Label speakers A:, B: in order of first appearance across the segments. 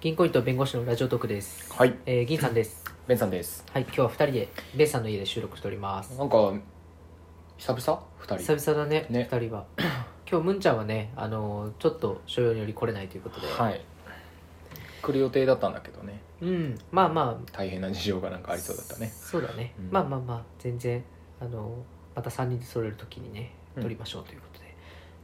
A: 銀行員と弁護士のラジオトークです。
B: はい、
A: えー、銀さん です。
B: ベンさんです。
A: はい、今日は二人でベイさんの家で収録しております。
B: なんか久々二人。
A: 久々だね、二、
B: ね
A: 人は。 今日ムンちゃんはね、あのーちょっと所要により来れないということで、
B: はい。来る予定だったんだけどね、
A: うん、まあまあ
B: 大変な事情がなんかありそうだったね。
A: そうだね、
B: うん
A: まあまあまあ全然あのまた3人で揃える時にね
B: うん
A: 撮りましょうということで、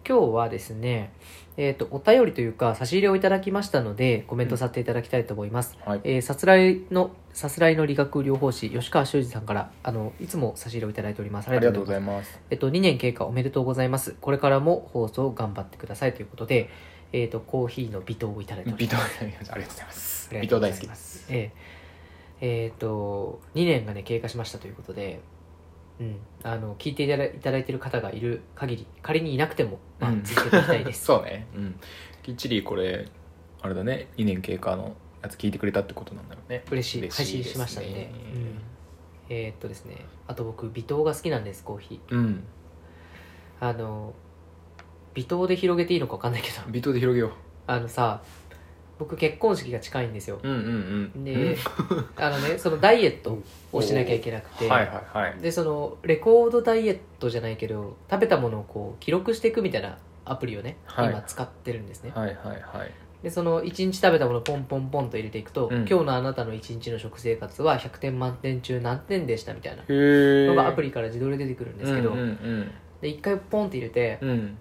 A: 今日はですねえっ、とお便りというか差し入れをいただきましたのでコメントさせていただきたいと思います、
B: はい。
A: えー、さすらいのさすらいの理学療法士吉川修司さんからあのいつも差し入れをいただいております
B: ありがと
A: ま
B: うご
A: す
B: ざいます。
A: えっと、2年経過おめでとうございますこれからも放送頑張ってくださいということでえっ、とコーヒーの微糖をいただいております
B: ビトありがとうございます。
A: あり
B: ビ
A: がと
B: ト
A: うござい
B: 大
A: ま
B: 好
A: す
B: きです。
A: えええーと2年がね経過しましたということで、うん、あの聞いていただいただいている方がいる限り仮にいなくても、まあ
B: うん
A: 続けていきたい です
B: そうね。うん。きっちりこれあれだね、2年経過のやつ聞いてくれたってことなんだろうね。
A: 嬉しい
B: 嬉
A: 配
B: し
A: 信
B: いです
A: し
B: ね
A: ましたんで、うんえーっとですねあと僕微糖が好きなんですコーヒー
B: うん。
A: あの微糖で広げていいのか分かんないけど
B: ビトで広げよ
A: あのさ僕結婚式が近いんですよ
B: う。うんうんうん。
A: で、 あのねそのダイエットをしなきゃいけなく
B: う
A: て、
B: ん、はいはいはい。
A: でそのレコードダイエットじゃないけど食べたものをこう記録していくみたいなアプリをね、
B: はい
A: 今使ってるんですね、
B: はいはいはい。
A: でその1日食べたものをポンポンポンと入れていくと、
B: うん
A: 今日のあなたの1日の食生活は100点満点中何点でしたみたいな
B: へー
A: のがアプリから自動で出てくるんですけど、
B: うんうん
A: で1回ポンって入れて、
B: うん。うん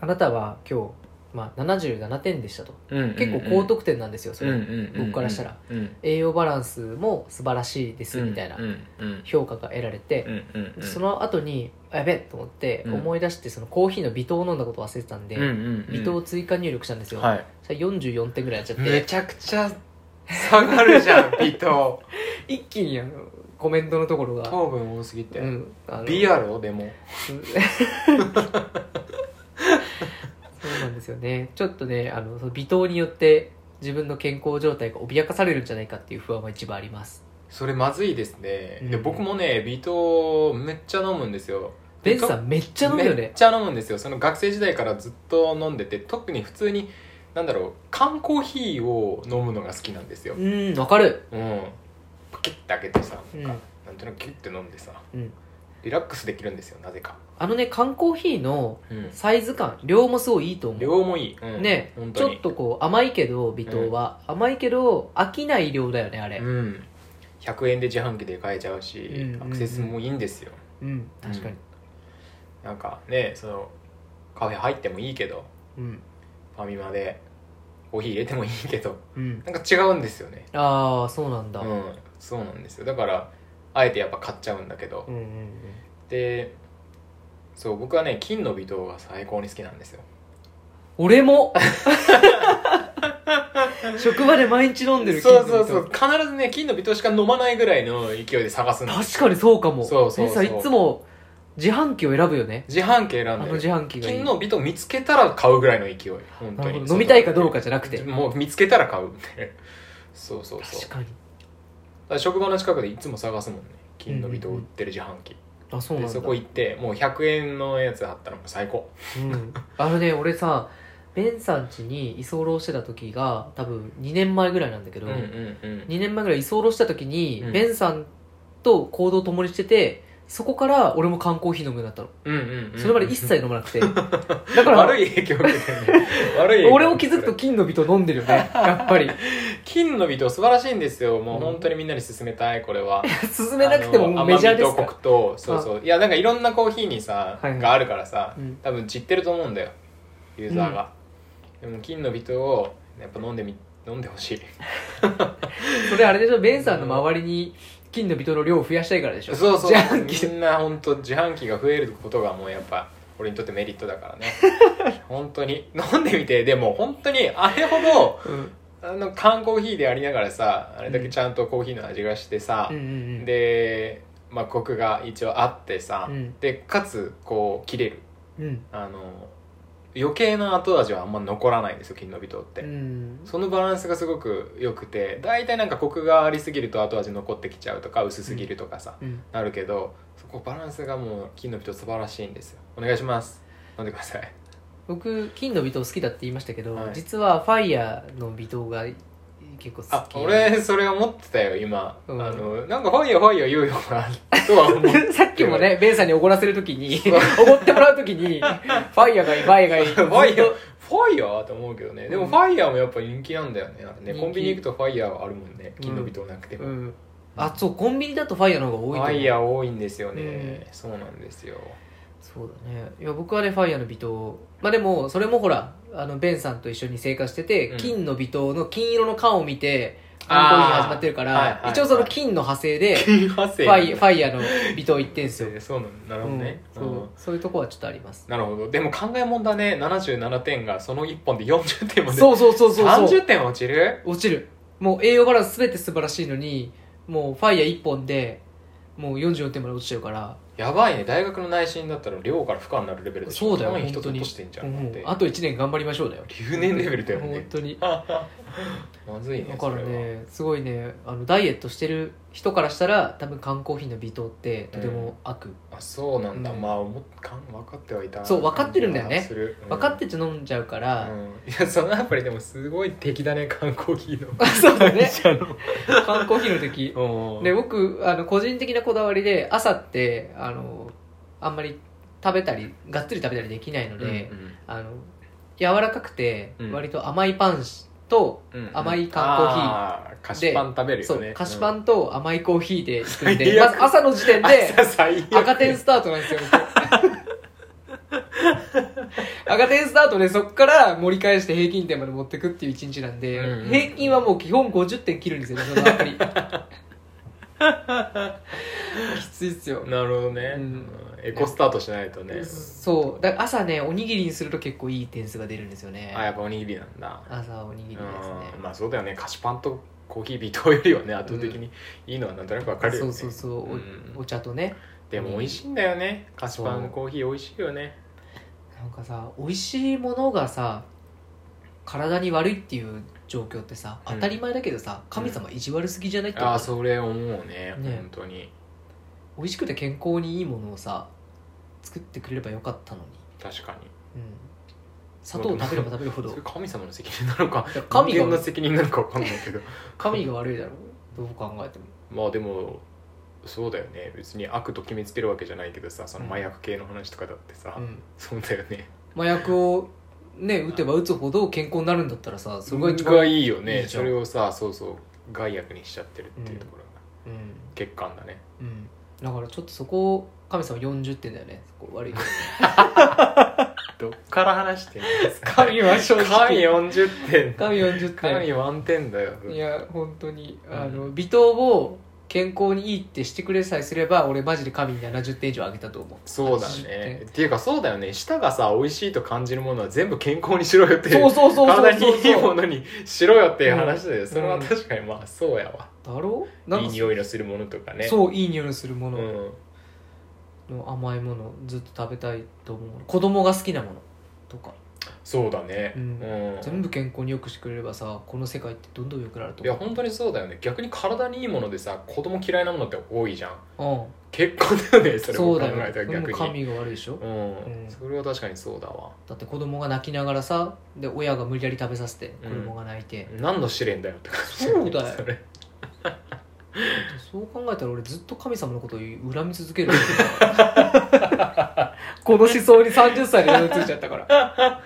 A: あなたは今日、まあ、77点でしたと
B: うんうんうん。
A: 結構高得点なんですよそれ、
B: うんうんうんうん
A: 僕からしたら、
B: うん、
A: 栄養バランスも素晴らしいですみたいな
B: うんうん
A: 評価が得られて、
B: うんうんうん
A: その後にあやべえと思って
B: うん
A: 思い出してそのコーヒーの微糖を飲んだこと忘れてたんで、
B: うんうんうん
A: 微糖を追加入力したんですよ、
B: はい
A: そしたら44点ぐらいやっちゃっ
B: め
A: て
B: ちゃくちゃ下がるじゃん微糖
A: 一気にあのコメントのところが、
B: 糖分多すぎて、
A: うん、あの
B: ビアロでも
A: うんそうなんですよねちょっとねあのその微糖によって自分の健康状態が脅かされるんじゃないかっていう不安は一番あります
B: それまずいですね、
A: うん
B: で僕もね微糖めっちゃ飲むんですよ
A: ベンさんめっちゃ飲むよ
B: めっ
A: ね
B: ちゃ飲むんですよその学生時代からずっと飲んでて特に普通になんだろう缶コーヒーを飲むのが好きなんですよ
A: うんわかる、
B: うんパキッて開けてさ
A: う
B: なん
A: ん
B: かなんとなくキュッて飲んでさ
A: うん、
B: リラックスできるんですよなぜか、
A: あのね缶コーヒーの
B: うん、
A: サイズ感量もすごいいいと思う
B: 量もいい、うん、
A: ね
B: 本
A: ち
B: 当
A: ょ
B: に
A: っとこう甘いけど微糖は、甘いけど飽きない量だよねあれ、
B: うん、100円で自販機で買えちゃうし、
A: うんうん
B: アクセスもいいんですよ
A: うん確かに、
B: なんかねそのカフェ入ってもいいけど
A: うん
B: ファミマでコーヒー入れてもいいけど
A: うん、
B: なんか違うんですよね
A: ああそうなんだ、
B: う
A: うん
B: んそうなんですよだからあえてやっぱ買っちゃうんだけど、
A: うん
B: でそう僕はね金の微糖が最高に好きなんですよ
A: 俺も 職場で毎日飲んでる
B: そう
A: 金
B: そ
A: の
B: うそう必ずね金の微糖しか飲まないぐらいの勢いで探すんで
A: 確
B: す
A: かにそうかも
B: そうそうそう
A: ベンさんいつも自販機を選ぶよね
B: 自販機選んで
A: あ
B: る
A: の自販機がいい
B: 金のビト見つけたら買うぐらいの勢い本
A: な
B: 当
A: るほ
B: に
A: ど飲みたいかどうかじゃなくて
B: もう見つけたら買うみたいなそうそうそう
A: 確かに
B: だから職場の近くでいつも探すもんね金のビト売ってる自販機、
A: あそうなん
B: で
A: だ
B: そこ行ってもう100円のやつあったらもう最高
A: うん、あのね俺さベンさん家に居候してた時が多分2年前ぐらいなんだけ
B: う
A: ど、
B: んうんうん
A: 2年前ぐらい居候した時に、
B: うん
A: ベンさんと行動を共にしててそこから俺も缶コーヒー飲むようになったの
B: うんうんうん
A: それまで一切飲ま なくてだから
B: 悪い影響 受けてるね悪い影響
A: 俺も気づくと金の人飲んでるよね やっぱり
B: 金のビト素晴らしいんですよもう
A: うん
B: 本当にみんなに勧めたいこれは
A: 進めなくてももうメジャーですか
B: あの甘みとコ
A: ら
B: クとそうそういやなんかいろんなコーヒーにさ、
A: はいはい
B: があるからさ
A: うん
B: 多分散ってると思うんだよユーザーが、でも金の人をやっぱ飲んでみ飲んでほしい
A: それあれでしょベンさんの周りに金の人の量を増やしたいからでしょ
B: そうそう
A: 自販機
B: みんな本当自販機が増えることがもうやっぱ俺にとってメリットだからね 本当に飲んでみてでも本当にあれほど
A: うん
B: あの缶コーヒーでありながらさあれだけちゃんとコーヒーの味がしてさ、
A: うんうんうん
B: で、まあ、コクが一応あってさ、
A: うん
B: でかつこう切れる
A: うん
B: あの余計な後味はあんま残らないんですよ金の人って、
A: うん
B: そのバランスがすごく良くて大体なんかコクがありすぎると後味残ってきちゃうとか薄すぎるとかさ、
A: うん
B: なるけどそこバランスがもう金の人素晴らしいんですよお願いします飲んでください
A: 僕金の微糖好きだって言いましたけど、
B: はい
A: 実はファイヤーの微糖が結構好
B: あ
A: き
B: 俺それ思ってたよ今、
A: うん
B: あのなんか「ファイヤーファイヤー」言うよなとは思って
A: さっきも ね、ベンさんにおごらせるときに、おごってもらうときに、ファイヤーがいい、ファイヤーがいい。
B: ファイヤ
A: ず
B: ー
A: っ
B: ファイヤーと思うけどねでも
A: うん
B: ファイヤーもやっぱ人気なんだよねなんかね
A: 人気
B: コンビニ行くとファイヤーあるもんね金の人なくて
A: と
B: も、
A: うん。あ、そう、コンビニだとファイヤーの方が多い
B: フ
A: と思う
B: ァイヤー多いんですよね、そうなんですよ
A: そうだねいや僕はねファイヤーの微糖まあでもそれもほらあのベンさんと一緒に生活してて、
B: うん
A: 金の微糖の金色の缶を見てアンコーヒー
B: あー
A: が始まってるから、
B: はいはいはい
A: 一応その金の派生でフ
B: 金派生
A: ァイファイヤーの微糖行ってんすよ、
B: そうなんだなる
A: う
B: ほど
A: ん
B: ね、
A: そう
B: うん
A: そういうとこはちょっとあります
B: なるほどでも考えもんだね77点がその1本で40点も出て
A: そうそうそうそうそう
B: 30点落ちる
A: 落ちるもう栄養バランス全て素晴らしいのにもうファイヤー1本でもう44点まで落ちちゃうから
B: やばいね大学の内申だったら量から負荷になるレベルでし
A: そ
B: ょ
A: うだよ
B: 単位一
A: 本
B: つ
A: 当
B: 落
A: に
B: としてんじゃ
A: うん
B: だっ
A: ん
B: て
A: あと1年頑張りましょうだよ
B: 留年レベルだよ
A: 本
B: ね
A: 当に
B: まずいね
A: だから
B: それは
A: ねすごいねあのダイエットしてる人からしたら多分缶コーヒーの微糖ってとても悪、
B: あそうなんだ、
A: うん
B: まあ思っかん分かってはいた
A: そう分かってるんだよね
B: 感じはするうん
A: 分かってて飲んじゃうか
B: う
A: ら、
B: ん、いやそのアプリでもすごい敵だね缶コーヒーの
A: そうだね
B: 会社の
A: 缶コーヒーの時
B: うん
A: で僕あの個人的なこだわりで朝ってあのあんまり食べたりがっつり食べたりできないので、
B: うん
A: あの柔らかくて
B: うん
A: 割と甘いパンと、
B: うんうん
A: 甘い缶コーヒー
B: あー菓子パン食べる
A: そ
B: よ
A: う
B: ね
A: 菓子パンと甘いコーヒーで行くんで、ま
B: 最悪
A: ず朝の時点で
B: で最悪
A: 赤点スタートなんですよ僕赤点スタートでそこから盛り返して平均点まで持ってくっていう一日なんで、
B: うんうん
A: 平均はもう基本50点切るんですよねそのアプ リきついっすよ、
B: なるほどね、
A: うん
B: エコスタートしないとね、
A: そうだから朝ねおにぎりにすると結構いい点数が出るんですよね
B: あやっぱおにぎりなんだ
A: 朝はおにぎりですね
B: うんまあそうだよね菓子パンとコーヒー微糖よりはね圧倒的にいいのはなんとなくわかるよ
A: そ
B: ね
A: うそうそう、お
B: ん
A: お茶とね
B: でも美味しいんだよね菓子パ
A: そう
B: ンコーヒー美味しいよね
A: なんかさ美味しいものがさ体に悪いっていう状況ってさ
B: うん
A: 当たり前だけどさ、神様意地悪すぎじゃないって、
B: ああそれ思うね
A: ね
B: 本当に
A: 美味しくて健康にいいものをさ作ってくれればよかったのに、
B: 確かに
A: うん、砂糖を食べれば食べるほ
B: そ
A: ど
B: れ神様の責任なのか
A: いや神が
B: 人間の責任なのかわかんないけど
A: 神が悪いだろどう考えても
B: まあでもそうだよね別に悪と決めつけるわけじゃないけどさその麻薬系の話とかだってさ、
A: うん、
B: そうだよね
A: 麻薬をね打てば打つほど健康になるんだったらさす
B: そ
A: ごい
B: れ
A: 気
B: がいいよね
A: いいじゃん
B: それをさそうそう害悪にしちゃってるっていうところが、
A: うん
B: 欠陥だね
A: うんだからちょっとそこを神様40点だよねそこ悪い
B: どっから話してんですか
A: 神は正直
B: 神40点
A: 神40点
B: 神満点だよ
A: いや本当に
B: うん
A: あの微糖を健康にいいってしてくれさえすれば俺マジで神に70点以上あげたと思う
B: そうだ
A: 80
B: ね
A: 点
B: っていうかそうだよね舌がさ美味しいと感じるものは全部健康にしろよってい
A: そううそうそうそう
B: 体に
A: そう
B: いいも
A: そう
B: のにしろよっていう話だよ、
A: ん
B: それは確かにまあそうやわ、
A: だろなんか
B: いい匂いのするものとかね
A: そういい匂いのするも
B: う
A: の
B: ん、
A: の甘いものずっと食べたいと思う子供が好きなものとか
B: そうだね、
A: うん全
B: 部
A: 部健康に良くしてくれればさこの世界ってどんどん良くなると
B: いや
A: 思
B: 本当にそうだよね逆に体にいいものでさ子供嫌いなものって多いじゃん
A: う
B: 結構だよね
A: う
B: そ
A: ん
B: れ
A: そ
B: を
A: う
B: 考
A: だ
B: えたら
A: よでも
B: 逆に
A: 神が悪いでしょ
B: うん
A: うん
B: それは確かにそうだわ
A: だって子供が泣きながらさで親が無理やり食べさせて子供が泣いて
B: 何の試練だよって感じ
A: そうだよ
B: それ
A: そう考えたら俺ずっと神様のことを恨み続ける この思想に30歳で恨みついちゃったから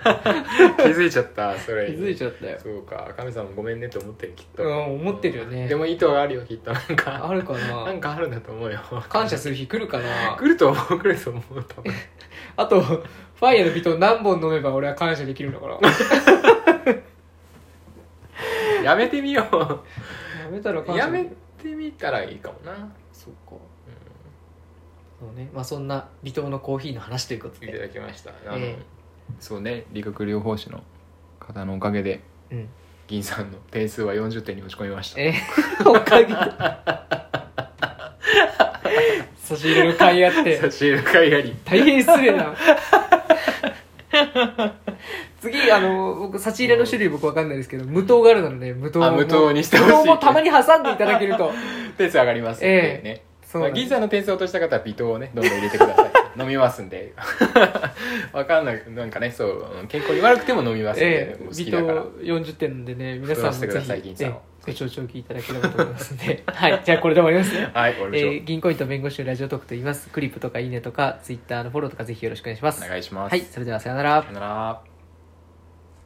B: 気づいちゃったそれ
A: 気づいちゃったよ
B: そうか神様ごめんねって思ってるきっ
A: う
B: と、
A: ん思ってるよね
B: でも意図があるよきっとなんか
A: あるか
B: な
A: なん
B: かあるんだと思うよ
A: 感謝する日来るかな
B: 来ると思う来ると思う多分
A: あとファイヤーのビート何本飲めば俺は感謝できるんだから
B: やめてみよ
A: やめたら感
B: う
A: 謝
B: や
A: できる
B: めてみたらいいかもな
A: そうかそうねまあそんな微糖のコーヒーの話ということ
B: いた
A: で
B: だきましたあの、
A: ええ
B: そうね理学療法士の方のおかげで
A: うん
B: 銀さんの点数は40点に落ち込みました
A: えーおかげで差し入れの買いあって
B: 差し入れ会やり
A: 大変失礼な 次あの僕差し入れの種類僕わかんないですけど無糖があるなので無糖
B: あ
A: も
B: 無糖にしてほしい
A: 無糖もたまに挟んでいただけると
B: 点数上がりますん
A: え
B: でね、
A: そ
B: ま
A: う
B: あ、
A: なんで
B: 銀
A: す
B: さんの点数を落とした方は微糖をねどんどん入れてくだ さい飲みますんで わかんないなんかねそううん健康に悪くても飲みますんで、
A: ええ
B: もう好
A: 微
B: き
A: 糖
B: だから
A: 40点なんでね皆
B: 太
A: さん
B: ら
A: も
B: せ
A: ぜ
B: て
A: ひ
B: ください銀さんを
A: ええご承知おきいただければと思いますので、 はい、じゃあこれで終わりますね。
B: はい終わりましょう
A: えー銀行員と弁護士のラジオトークと言います。クリップとかいいねとか、ツイッターのフォローとかぜひよろしくお願いします。
B: お願いします
A: はい、それではさようなら
B: さよ。なら